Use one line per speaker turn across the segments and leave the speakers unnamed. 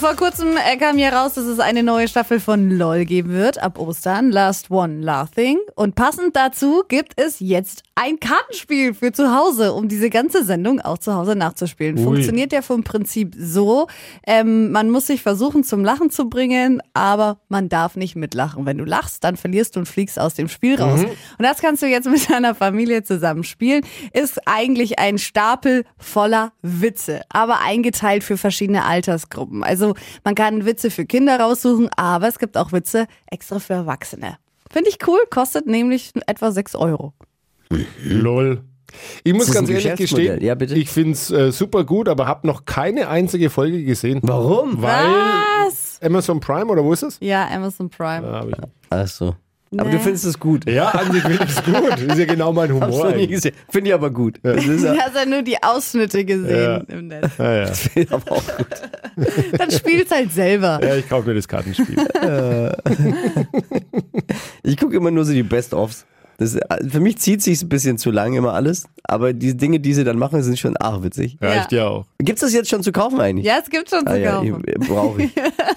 Vor kurzem äh, kam hier raus, dass es eine neue Staffel von LOL geben wird ab Ostern. Last One Laughing. Und passend dazu gibt es jetzt ein Kartenspiel für zu Hause, um diese ganze Sendung auch zu Hause nachzuspielen. Funktioniert ja vom Prinzip so. Ähm, man muss sich versuchen, zum Lachen zu bringen, aber man darf nicht mitlachen. Wenn du lachst, dann verlierst du und fliegst aus dem Spiel raus. Und das kannst du jetzt mit deiner Familie zusammen spielen. Ist eigentlich ein Stapel voller Witze, aber eingeteilt für verschiedene Altersgruppen. Also man kann Witze für Kinder raussuchen, aber es gibt auch Witze extra für Erwachsene. Finde ich cool, kostet nämlich etwa 6 Euro.
Lol. Ich muss
Ist das
ganz
ein
ehrlich
Geschäftsmodell?
gestehen,
Ja, bitte.
ich finde es äh, super gut, aber habe noch keine einzige Folge gesehen.
Warum?
Weil
Was?
Amazon Prime oder wo ist es?
Ja, Amazon Prime.
Ah,
Da hab ich-
Ach so. Aber
Nee.
du findest es gut.
Ja, an sich finde ich es gut. Ist ja genau mein
Hab's
Humor.
noch nie
eigentlich.
gesehen. Finde ich aber gut. Das ist
Du hast ja nur die Ausschnitte gesehen im Netz.
Ja, ja.
aber auch
Dann spielst halt selber.
ja, ich kaufe mir das Kartenspiel.
Ich gucke immer nur so die Best-ofs. Das, für mich zieht sich ein bisschen zu lang immer alles, aber die Dinge, die sie dann machen, sind schon ach witzig.
Ja, ich dir auch.
Gibt's das jetzt schon zu kaufen eigentlich?
Ja, es gibt schon
Ah,
zu
ja, ich,
kaufen.
brauche ich.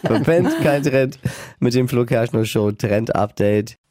Verpennt kein Trend mit dem Flo Kerschner Show Trend Update.